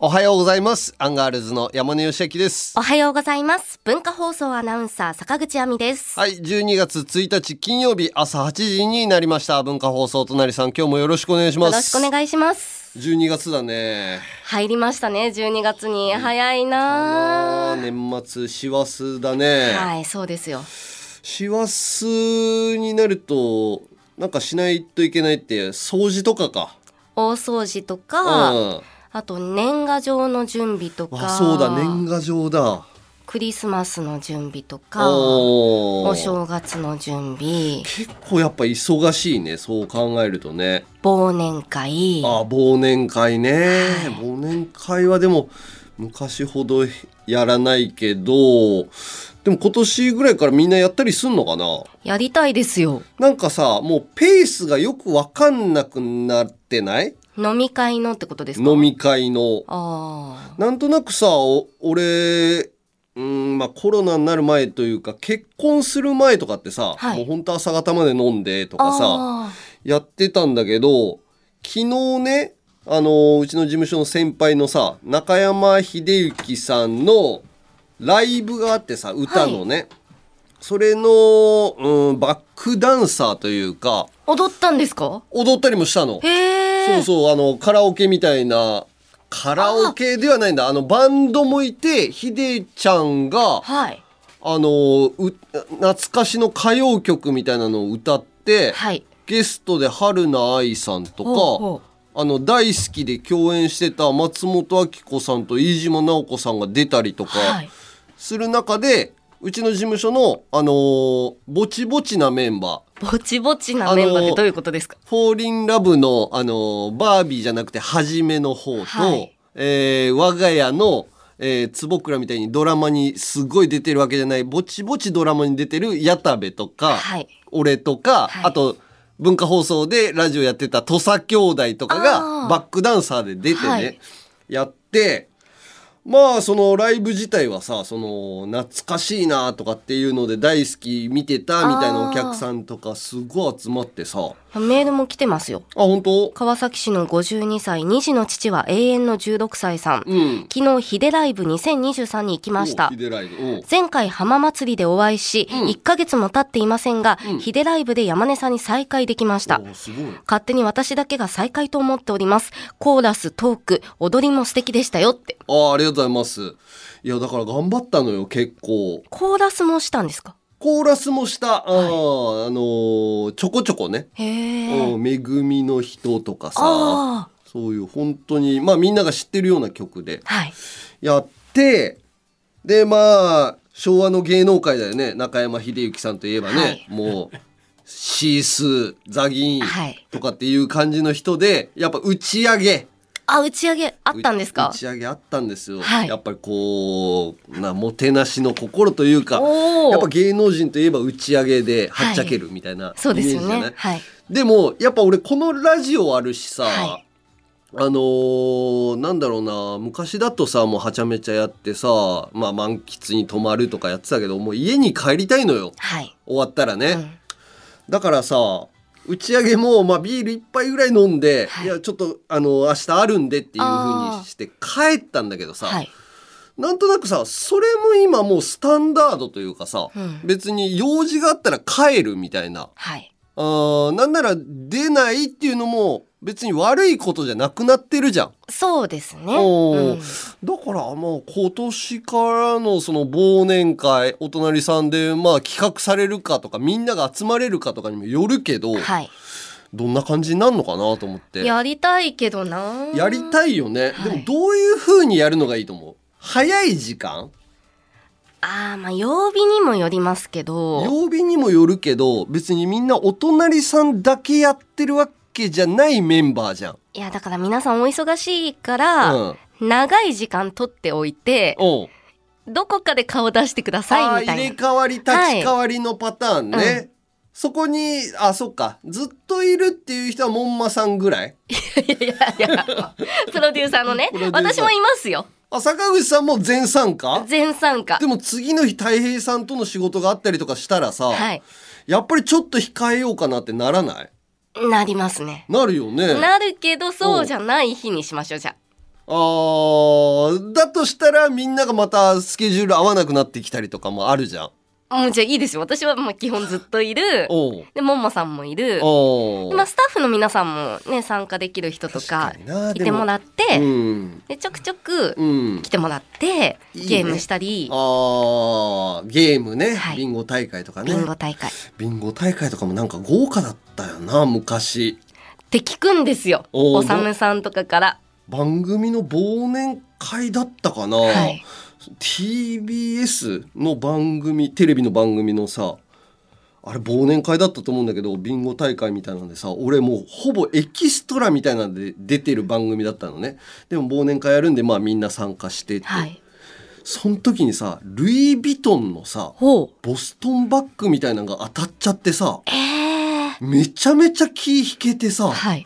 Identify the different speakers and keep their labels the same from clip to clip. Speaker 1: おはようございます。アンガールズの山根義明です。
Speaker 2: おはようございます。文化放送アナウンサー坂口亜美です。
Speaker 1: はい、12月1日金曜日朝8時になりました。文化放送隣さん、今日もよろしくお願いしま
Speaker 2: よ
Speaker 1: す。
Speaker 2: ろしくお願いします。
Speaker 1: 12月だね。
Speaker 2: 入りましたね。12月に早い
Speaker 1: あ
Speaker 2: な
Speaker 1: ー
Speaker 2: ぁ。
Speaker 1: 年末師走だね。
Speaker 2: はい、そうですよ。
Speaker 1: 師走になるとなんかしないといけないって掃除とかか。
Speaker 2: 大掃除と
Speaker 1: う
Speaker 2: か、
Speaker 1: ん。
Speaker 2: あと年賀状の準備とか、
Speaker 1: あ、そうだ年賀状だ。
Speaker 2: クリスマスの準備とか、お
Speaker 1: おー
Speaker 2: 正月の準備、
Speaker 1: 結構やっぱ忙しいね。そう考えるとね。
Speaker 2: 忘年会、
Speaker 1: あ忘年会ね、
Speaker 2: い
Speaker 1: 忘年会はでも昔ほどやらないけどでも今年ぐらいからみんなやったりすんのかな
Speaker 2: やりたいですよ。
Speaker 1: なんかさもうペースがよくわかんなくなってない
Speaker 2: 飲み会のってことですか
Speaker 1: 飲み会の
Speaker 2: あ
Speaker 1: なんとなくさお俺うんまあコロナになる前というか結婚する前とかってさ、
Speaker 2: はい
Speaker 1: もうほんと朝方まで飲んでと
Speaker 2: あ。
Speaker 1: かさ
Speaker 2: あ
Speaker 1: やってたんだけど昨日ねあのーうちの事務所の先輩のさ中山秀幸さんのライブがあってさ歌のね、それの、うん、バックダンサーというか
Speaker 2: ー踊ったんですか
Speaker 1: 踊ったりもしたの。
Speaker 2: へえ。
Speaker 1: そうそうあのカラオケみたいなカラオケではないんだあのバンドもいて秀ちゃんが
Speaker 2: はい。
Speaker 1: あのーう懐かしの歌謡曲みたいなのを歌って、
Speaker 2: はい。
Speaker 1: ゲストで春菜愛さんとか
Speaker 2: ほうほ
Speaker 1: あの大好きで共演してた松本明子さんと飯島直子さんが出たりとか
Speaker 2: はい。
Speaker 1: する中で、うちの事務所の、あのーぼちぼちなメンバー
Speaker 2: ぼちぼちなメンバーってどういうことですか
Speaker 1: 「フォーリンラブの、あのーバービーじゃなくて「はじめ」の方と、
Speaker 2: はい
Speaker 1: えー我が家の、えー、坪倉みたいにドラマにすごい出てるわけじゃないぼちぼちドラマに出てる矢田部とか。
Speaker 2: はい。
Speaker 1: 俺とか、
Speaker 2: はい
Speaker 1: あと文化放送でラジオやってた土佐兄弟とか
Speaker 2: あ
Speaker 1: が
Speaker 2: ー
Speaker 1: バックダンサーで出てね、
Speaker 2: はい
Speaker 1: やってまあそのライブ自体はさその懐かしいなとかっていうので大好き見てたみたいなお客さんとかすごい集まってさあ
Speaker 2: メールも来てますよ。
Speaker 1: 本当
Speaker 2: 川崎市の52歳、2児の父は永遠の16歳さん。
Speaker 1: うん
Speaker 2: 昨日、ヒデライブ2023に行きまし
Speaker 1: お
Speaker 2: た
Speaker 1: ヒ。デライブおう
Speaker 2: 前回浜祭りでお会いし、
Speaker 1: うん
Speaker 2: 1ヶ月も経っていませんが、
Speaker 1: うん
Speaker 2: ヒデライブで山根さんに再会できました
Speaker 1: お。うすごい
Speaker 2: 勝手に私だけが再会と思っております。コーラス、トーク、踊りも素敵でしたよって。
Speaker 1: あーありがとうございますいやだから頑張ったのよ結構
Speaker 2: コーラスもしたんですか
Speaker 1: コーラスもしたあー、あのーちょこちょこね
Speaker 2: へ
Speaker 1: う
Speaker 2: ー。
Speaker 1: ん恵みの人とかさ
Speaker 2: あ
Speaker 1: そういう本当にまあみんなが知ってるような曲で
Speaker 2: あ。はい。
Speaker 1: やってでまあ昭和の芸能界だよね中山秀幸さんといえばね、
Speaker 2: はい
Speaker 1: もうシースーザギーン
Speaker 2: はい
Speaker 1: とかっていう感じの人でやっぱ打ち上げ
Speaker 2: あ、打ち上げあ
Speaker 1: あ
Speaker 2: ったんですか
Speaker 1: 打ち上げあったんですよ、
Speaker 2: はい
Speaker 1: やっぱりこうなもてなしの心というか
Speaker 2: おー
Speaker 1: やっぱ芸能人といえば打ち上げではっちゃけるみたいなイメ
Speaker 2: そ
Speaker 1: ー
Speaker 2: うで
Speaker 1: ジ
Speaker 2: す
Speaker 1: じ
Speaker 2: よ
Speaker 1: ゃない、
Speaker 2: ね。はい。
Speaker 1: でもやっぱ俺このラジオあるしさ、
Speaker 2: はい
Speaker 1: あのーなんだろうな昔だとさもうはちゃめちゃやってさ、まあ、満喫に泊まるとかやってたけどもう家に帰りたいのよ
Speaker 2: はい。
Speaker 1: 終わったらね、
Speaker 2: うん
Speaker 1: だからさ打ち上げも、まあ、ビール一杯ぐらい飲んで、、
Speaker 2: はいい
Speaker 1: やちょっとあの明日あるんでっていう風にして帰ったんだけどさ、
Speaker 2: はい。
Speaker 1: なんとなくさそれも今もうスタンダードというかさ、
Speaker 2: うん
Speaker 1: 別に用事があったら帰るみたいな。
Speaker 2: はい。
Speaker 1: あーなんなら出ないっていうのも別に悪いことじゃなくなってるじゃん。
Speaker 2: そうですね。
Speaker 1: お
Speaker 2: う
Speaker 1: ー
Speaker 2: ん
Speaker 1: だからもう今年からのその忘年会お隣さんでまあ企画されるかとかみんなが集まれるかとかにもよるけど、
Speaker 2: はい。
Speaker 1: どんな感じになるのかなと思ってや
Speaker 2: やりたいけどな。
Speaker 1: りたいよね、
Speaker 2: はい
Speaker 1: でもどういう風にやるのがいいと思う早い時間
Speaker 2: ああ、まあ曜日にもよりますけど。
Speaker 1: 曜日にもよるけど別にみんなお隣さんだけやってるわけじゃないメンバーじゃん。
Speaker 2: いやだから皆さんお忙しいから、
Speaker 1: うん
Speaker 2: 長い時間取っておいて、
Speaker 1: うん
Speaker 2: どこかで顔出してくださいみた
Speaker 1: あー
Speaker 2: い
Speaker 1: 入
Speaker 2: な。
Speaker 1: れ替わり立ち
Speaker 2: はい
Speaker 1: 替わりのパターンね、
Speaker 2: うん
Speaker 1: そこにあそっかずっといるっていう人は門馬さんぐらい
Speaker 2: いやいやいや、プロデューサーのね
Speaker 1: プロデュー、サー
Speaker 2: 私もいますよ。
Speaker 1: あ坂口さんも全参加
Speaker 2: 全参加
Speaker 1: で。も次の日太平さんとの仕事があったりとかしたらさ、
Speaker 2: はい。
Speaker 1: やっぱりちょっと控えようかなってならない
Speaker 2: なりますね。
Speaker 1: なるよね
Speaker 2: なるけど、そうじゃない日にしましょう、じゃあ。
Speaker 1: あーだとしたらみんながまたスケジュール合わなくなってきたりとかもあるじゃん。
Speaker 2: もうじゃあいいですよ。私はもう基本ずっといる。
Speaker 1: おう
Speaker 2: で、ももさんもいる。
Speaker 1: おう
Speaker 2: まあ、スタッフの皆さんもね、参加できる人と
Speaker 1: 確
Speaker 2: か
Speaker 1: かにな、
Speaker 2: いてもらっ
Speaker 1: う
Speaker 2: て、
Speaker 1: ん。
Speaker 2: で、ちょくちょく
Speaker 1: うん
Speaker 2: 来。てもらって、
Speaker 1: いいね
Speaker 2: ゲームしたり、
Speaker 1: あーゲームね、
Speaker 2: はい
Speaker 1: ビンゴ大会とかね
Speaker 2: ビンゴ大会。っ
Speaker 1: ビンゴ大会とかもなんか豪華だったよな昔
Speaker 2: て聞くんですよ。
Speaker 1: おー
Speaker 2: おさむさんとかから。
Speaker 1: 番組の忘年会だったかな、
Speaker 2: はい。
Speaker 1: TBS の番組テレビの番組のさあれ忘年会だったと思うんだけどビンゴ大会みたいなんでさ俺もうほぼエキストラみたいなんで出てる番組だったのねでも忘年会やるんでまあみんな参加してって、
Speaker 2: はい。
Speaker 1: その時にさルイ・ヴィトンのさ
Speaker 2: ほう。
Speaker 1: ボストンバッグみたいなのが当たっちゃってさ
Speaker 2: ええー。
Speaker 1: めちゃめちゃ気引けてさ
Speaker 2: はい。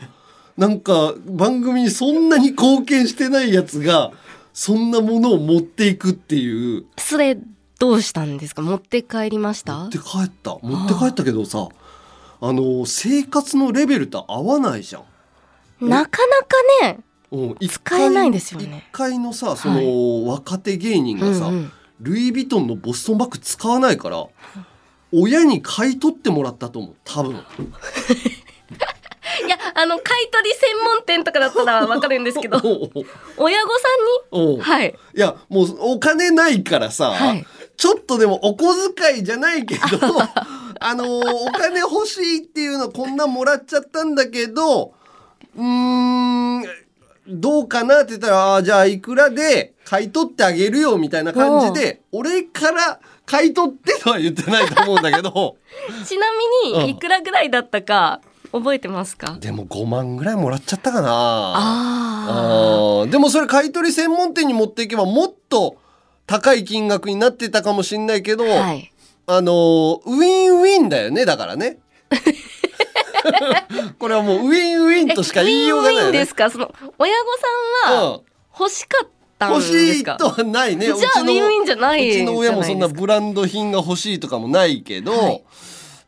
Speaker 1: なんか番組にそんなに貢献してないやつがそんなものを持っていくっていう
Speaker 2: それ、どうしたんですか持って帰りまし
Speaker 1: 持
Speaker 2: た
Speaker 1: って帰った持って帰ったけどさあの生活のレベルと合わないじゃん。
Speaker 2: なかなかね、
Speaker 1: うん一
Speaker 2: 使えないですよね
Speaker 1: 1階のさその、
Speaker 2: は
Speaker 1: 若手芸人
Speaker 2: う
Speaker 1: が
Speaker 2: ん
Speaker 1: さ、
Speaker 2: うん、
Speaker 1: ルイ・ヴィトンのボストンバッグ使わないから親に買い取ってもらったと思う多分。
Speaker 2: いやあの買い取り専門店とかだったらわかるんで すけど
Speaker 1: おう
Speaker 2: 親御さ
Speaker 1: おうお
Speaker 2: ん
Speaker 1: う
Speaker 2: にはい
Speaker 1: いやもうお金ないからさ、
Speaker 2: はい
Speaker 1: ちょっとでもお小遣いじゃない けどあのーお金欲しいっていうのはこんなもらっちゃったんだけどうーんどうかなって言ったらあーじゃあいくらで買い取ってあげるよみたいな感じで俺から買い取ってとは言ってないと思うんだけど
Speaker 2: ちなみ
Speaker 1: うん
Speaker 2: にいくらぐらいだったか覚えてますか
Speaker 1: でも5万ぐらいもらっちゃったかな
Speaker 2: あ
Speaker 1: あーでもそれ買い取り専門店に持っていけばもっと高い金額になってたかもしんないけど、
Speaker 2: あはい
Speaker 1: あのーウィンウィンだよねだから ね。これはもうウィンウィンとしか言いようがない
Speaker 2: えウィンウィ
Speaker 1: よ
Speaker 2: ンで
Speaker 1: ね。
Speaker 2: すかその親御さんは
Speaker 1: うん
Speaker 2: 欲しかったん
Speaker 1: 欲
Speaker 2: で
Speaker 1: し
Speaker 2: す
Speaker 1: い
Speaker 2: か、
Speaker 1: とはないね。
Speaker 2: じゃあウィンウィンじゃないう
Speaker 1: ちの親もそんな
Speaker 2: じゃいですか
Speaker 1: ブランド品が欲しいとかもないけど、
Speaker 2: はい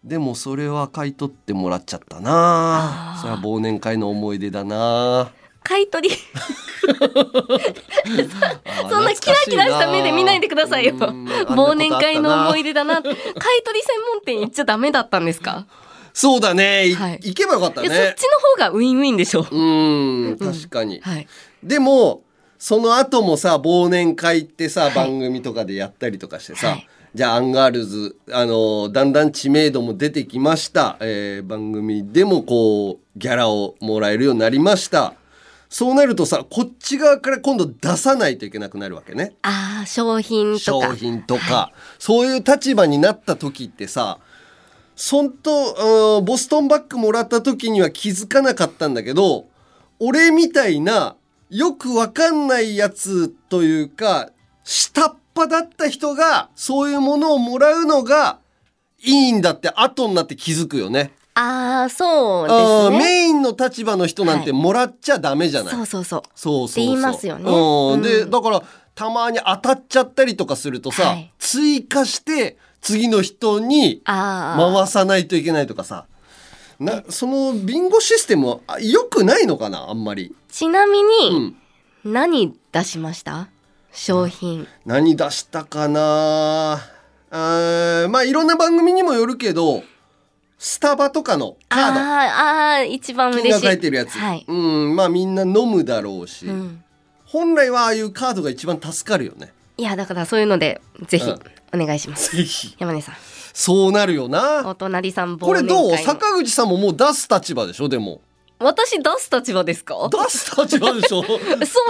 Speaker 1: でもそれは買い取ってもらっちゃったな
Speaker 2: あー
Speaker 1: それは忘年会の思い出だな
Speaker 2: 買い取りそ
Speaker 1: そ
Speaker 2: んなキラキラした目で見ないでくださいよ忘年会の思い出だな買い取り専門店行っちゃダメだったんですか
Speaker 1: そうだねい
Speaker 2: はい
Speaker 1: 行けばよかった
Speaker 2: いやそっ
Speaker 1: ね
Speaker 2: ちの方がウィンウィンでしょ
Speaker 1: うん確かに、
Speaker 2: はい
Speaker 1: でもその後もさ忘年会ってさ、
Speaker 2: い
Speaker 1: 番組とかでやったりとかしてさ、
Speaker 2: はい
Speaker 1: じゃあアンガールズ、あのーだんだん知名度も出てきました、えー番組でもこうギャラをもらえるようになりましたそうなるとさこっち側から今度出さないといけなくなるわけね
Speaker 2: ああ商品とか
Speaker 1: 商品とか、そういう立場になった時ってさそんと、うんボストンバッグもらった時には気づかなかったんだけど俺みたいなよくわかんないやつというか下っ端だった人がそういうものをもらうのがいいんだって後になって気づくよね。
Speaker 2: ああそうで
Speaker 1: あー
Speaker 2: すね
Speaker 1: メインの立場の人なんて
Speaker 2: は
Speaker 1: もらっちゃダメじゃない
Speaker 2: そうそうそう
Speaker 1: そうそうそう
Speaker 2: って言いますよね
Speaker 1: うん、で
Speaker 2: うん
Speaker 1: だからたまに当たっちゃったりとかするとさ、
Speaker 2: はい
Speaker 1: 追加して次の人に
Speaker 2: ああ
Speaker 1: 回さないといけないとかさなそのビンゴシステムはあ良くないのかなあんまり、
Speaker 2: ちなみ
Speaker 1: う
Speaker 2: に
Speaker 1: ん、
Speaker 2: 何出しました、商品
Speaker 1: 何出したかなあーまあいろんな番組にもよるけどスタバとかのカード
Speaker 2: あーあー一番嬉
Speaker 1: 金
Speaker 2: し
Speaker 1: が
Speaker 2: い
Speaker 1: 書いてるやつ、
Speaker 2: はい、
Speaker 1: うんまあみんな飲むだろうし、
Speaker 2: うん、
Speaker 1: 本来はああいうカードが一番助かるよね
Speaker 2: いやだからそういうのでぜひ
Speaker 1: う
Speaker 2: お願いします、
Speaker 1: ぜひ
Speaker 2: 山根さん
Speaker 1: そうなるよな
Speaker 2: お隣さん忘
Speaker 1: これ
Speaker 2: 年会
Speaker 1: どう
Speaker 2: の
Speaker 1: 坂口さんももう出す立場でしょでも
Speaker 2: 私出す立場ですか
Speaker 1: 出す立場でしょ
Speaker 2: そ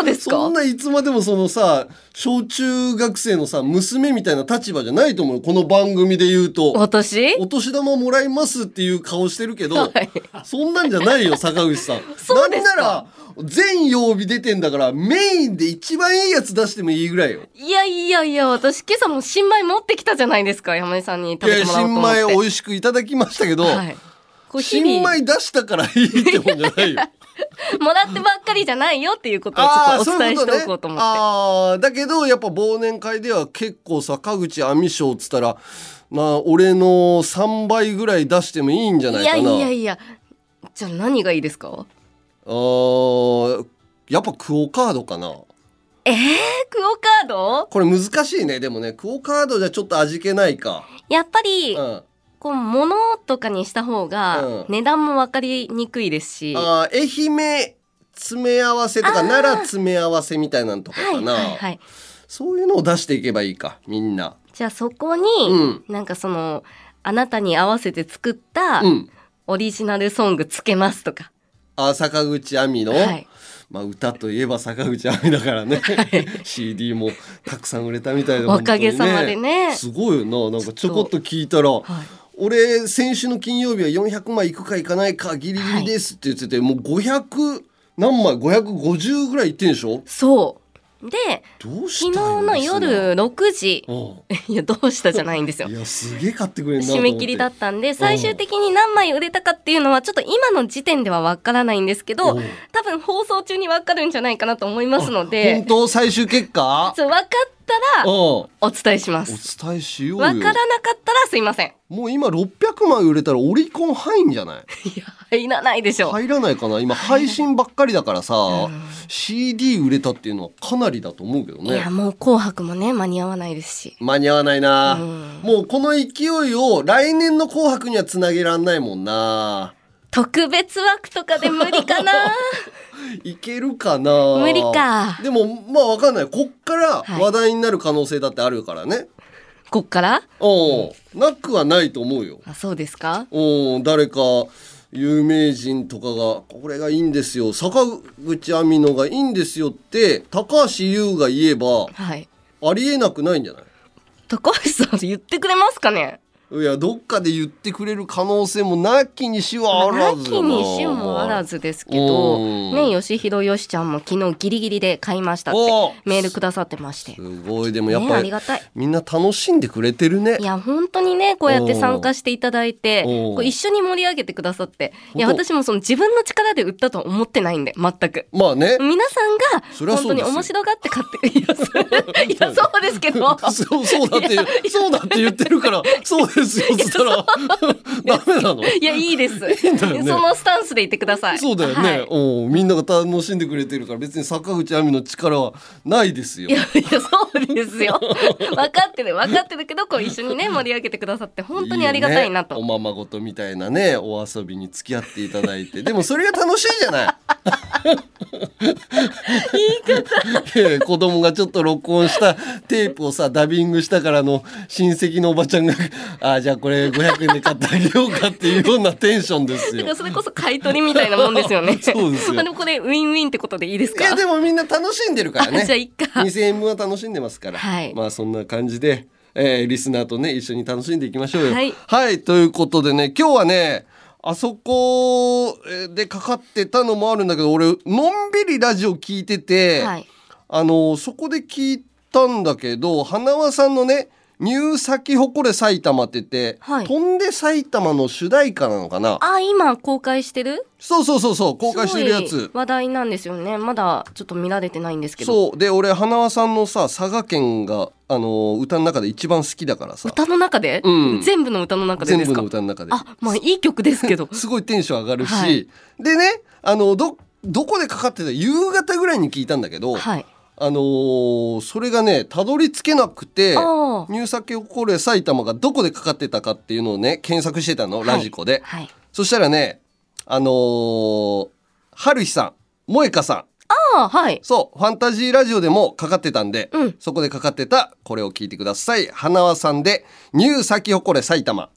Speaker 2: う ですか
Speaker 1: そんないつまでもそのさ小中学生のさ娘みたいな立場じゃないと思うよこの番組で言うと
Speaker 2: 私
Speaker 1: お年玉もらいますっていう顔してるけど、
Speaker 2: はい
Speaker 1: そんなんじゃないよ坂口さん
Speaker 2: そうですか
Speaker 1: なんなら全曜日出てんだからメインで一番いいやつ出してもいいぐらいよ
Speaker 2: いやいやいや私今朝も新米持ってきたじゃないですか山根さんに
Speaker 1: い
Speaker 2: 食
Speaker 1: や
Speaker 2: べてもらおうと
Speaker 1: 新
Speaker 2: 思って
Speaker 1: 米美味しくいただきましたけど、
Speaker 2: はい、こう日
Speaker 1: 新
Speaker 2: 々
Speaker 1: 米出したからいいってもんじゃないよ
Speaker 2: もらってばっかりじゃないよっていうことをちょっとお伝えしておこうと思って。
Speaker 1: あーそういうことねあーだけどやっぱ忘年会では結構坂口亜美賞っつったらまあ俺の3倍ぐらい出してもいいんじゃない
Speaker 2: い
Speaker 1: か
Speaker 2: や
Speaker 1: ない
Speaker 2: やいや。じゃあ何がいいですか
Speaker 1: あーやっぱクオカードかな
Speaker 2: えー、クオカード
Speaker 1: これ難しいねでもねクオカードじゃちょっと味気ないか
Speaker 2: やっぱり、
Speaker 1: うん
Speaker 2: こう物とかにした方
Speaker 1: うん
Speaker 2: が値段も分かりにくいですし、は
Speaker 1: あー愛媛詰め合わせとか
Speaker 2: あー
Speaker 1: 奈良詰め合わせみたいなんとかか
Speaker 2: い
Speaker 1: な、
Speaker 2: はいはい
Speaker 1: そういうのを出していけばいいかみんな
Speaker 2: じゃあそこに、
Speaker 1: うん
Speaker 2: なんかそのあなたに合わせて作った
Speaker 1: うん
Speaker 2: オリジナルソングつけますとか、
Speaker 1: あー坂口亜美の、
Speaker 2: はい
Speaker 1: まあ歌といえば坂口亜美だからね、CD もたくさん売れたみたいで
Speaker 2: おかげさまで
Speaker 1: 本当に
Speaker 2: ね
Speaker 1: すごいよななんかちょこっと聞いたら
Speaker 2: はい、
Speaker 1: 俺先週の金曜日は400枚いくかいかないかギリギリですって言ってて、もう500何枚550ぐらいいってんでしょ
Speaker 2: そうで
Speaker 1: どうした
Speaker 2: 昨日の夜6時
Speaker 1: うん
Speaker 2: いやどうしたじゃないんですよ
Speaker 1: いやすげえ買ってくれんなと
Speaker 2: 締
Speaker 1: 思って
Speaker 2: め切りだったんで最終的に何枚売れたかっていうのはちょっと今の時点ではわからないんですけ
Speaker 1: う
Speaker 2: ど
Speaker 1: ん
Speaker 2: 多分放送中にわかるんじゃないかなと思いますの
Speaker 1: 本
Speaker 2: で
Speaker 1: 当最終結果
Speaker 2: そう分かっ
Speaker 1: う
Speaker 2: た
Speaker 1: ん
Speaker 2: ら
Speaker 1: お
Speaker 2: お伝えします
Speaker 1: 伝えしようよ
Speaker 2: わからなかったらすいません
Speaker 1: もう今600枚売れたらオリコン入んじゃない
Speaker 2: いや入らないでしょう、
Speaker 1: 入らないかな今配信ばっかりだからさ、
Speaker 2: うん
Speaker 1: CD 売れたっていうのはかなりだと思うけど
Speaker 2: いや
Speaker 1: ね
Speaker 2: もう「紅白」もね間に合わないですし
Speaker 1: 間に合わないな、
Speaker 2: うん
Speaker 1: もうこの勢いを来年の「紅白」にはつなげらんないもんな
Speaker 2: 特別枠とかで無理かな
Speaker 1: いけるかな
Speaker 2: 無理か
Speaker 1: でもまあわかんないこっから
Speaker 2: はい
Speaker 1: 話題になる可能性だってあるからね、
Speaker 2: こっから
Speaker 1: おうなくはないと思うよ
Speaker 2: あそうですか
Speaker 1: おう誰か有名人とかがこれがいいんですよ坂口亜美のがいいんですよって高橋優が言えば
Speaker 2: はい
Speaker 1: ありえなくないんじゃない
Speaker 2: 高橋さん言ってくれますかね
Speaker 1: いやどっかで言ってくれる可能性もなきにしはあら
Speaker 2: な
Speaker 1: ず
Speaker 2: き
Speaker 1: だな
Speaker 2: にしもあらずですけど
Speaker 1: うん
Speaker 2: ねよしひろよしちゃんも昨日ギリギリで買いましたって
Speaker 1: おー
Speaker 2: メールくださってまして
Speaker 1: すごいでもやっ
Speaker 2: ねあ
Speaker 1: ぱ
Speaker 2: り
Speaker 1: り
Speaker 2: がたい
Speaker 1: みんな楽しんでくれてるね
Speaker 2: いや本当にねこうやって参加していただいて
Speaker 1: おー
Speaker 2: こう一緒に盛り上げてくださっていや
Speaker 1: 本当
Speaker 2: 私もその自分の力で売ったとは思ってないんで全く
Speaker 1: まあね
Speaker 2: 皆さんが
Speaker 1: そりゃ
Speaker 2: 本
Speaker 1: そ
Speaker 2: 当
Speaker 1: うで
Speaker 2: に
Speaker 1: すよ
Speaker 2: 面白がって買っていやそういやそうですけ ど
Speaker 1: そうそうだってそうだって言ってるからそうですよっつった らダメなの
Speaker 2: いやいいです
Speaker 1: いんだよね
Speaker 2: そのスタンスでいてください
Speaker 1: そうだよ
Speaker 2: は
Speaker 1: ね
Speaker 2: い、
Speaker 1: おみんなが楽しんでくれてるから別に坂口亜美の力はないですよ
Speaker 2: いやいやそうですよ分かってる分かってるけどこう一緒 にね盛り上げてくださって本当にありがたいなと
Speaker 1: よねおままごとみたいなねお遊びに付き合っていただいてで もそれが楽しいじゃない 言い方子供がちょっと録音したテープをさダビングしたからの親戚のおばちゃんが「あーじゃあこれ500円で買ってあげようか」っていうようなテンションです
Speaker 2: だ
Speaker 1: よ
Speaker 2: から。それこそ買い取りみたいなもんですよね
Speaker 1: そうですよ
Speaker 2: まあもこれウィンウィンってことでいいです
Speaker 1: い
Speaker 2: か
Speaker 1: やでもみんな楽しんでるからね
Speaker 2: あじゃあいっか
Speaker 1: 2000円分は楽しんでますから、
Speaker 2: はい
Speaker 1: まあそんな感じで、えーリスナーとね一緒に楽しんでいきましょうよ。
Speaker 2: はい
Speaker 1: ということでね今日はねあそこえーでかかってたのもあるんだけど俺のんびりラジオ聞いてて、
Speaker 2: はい
Speaker 1: あのそこで聞いたんだけど花輪さんのね「ニュー咲き誇れ埼玉」って言って、
Speaker 2: はい
Speaker 1: 飛んで埼玉の主題歌なのかな
Speaker 2: あ今公開してる
Speaker 1: そうそうそうそう公開してるや
Speaker 2: すごい
Speaker 1: つ。
Speaker 2: 話題なんですよねまだちょっと見られてないんですけど
Speaker 1: そうで俺花輪さんのさ佐賀県があの歌の中で一番好きだからさ
Speaker 2: 歌の中で、
Speaker 1: うん
Speaker 2: 全部の歌の中で
Speaker 1: 全
Speaker 2: です
Speaker 1: 部
Speaker 2: か
Speaker 1: の歌の中で
Speaker 2: あまあいい曲ですけど
Speaker 1: すごいテンション上がるし、
Speaker 2: はい
Speaker 1: でねあのどどこでかかってた夕方ぐらいに聞いたんだけど、
Speaker 2: はい
Speaker 1: あのーそれがねたどり着けなくて
Speaker 2: あ
Speaker 1: 「
Speaker 2: ー
Speaker 1: 入札をこれ埼玉」がどこでかかってたかっていうのをね検索してたのラジコで、
Speaker 2: はい
Speaker 1: そしたらねあのー、春日さん萌歌さん
Speaker 2: あはい
Speaker 1: そう、ファンタジーラジオでもかかってたんで、
Speaker 2: うん
Speaker 1: そこでかかってたこれを聞いてください。花輪さんで、ニュー咲き誇れ埼玉。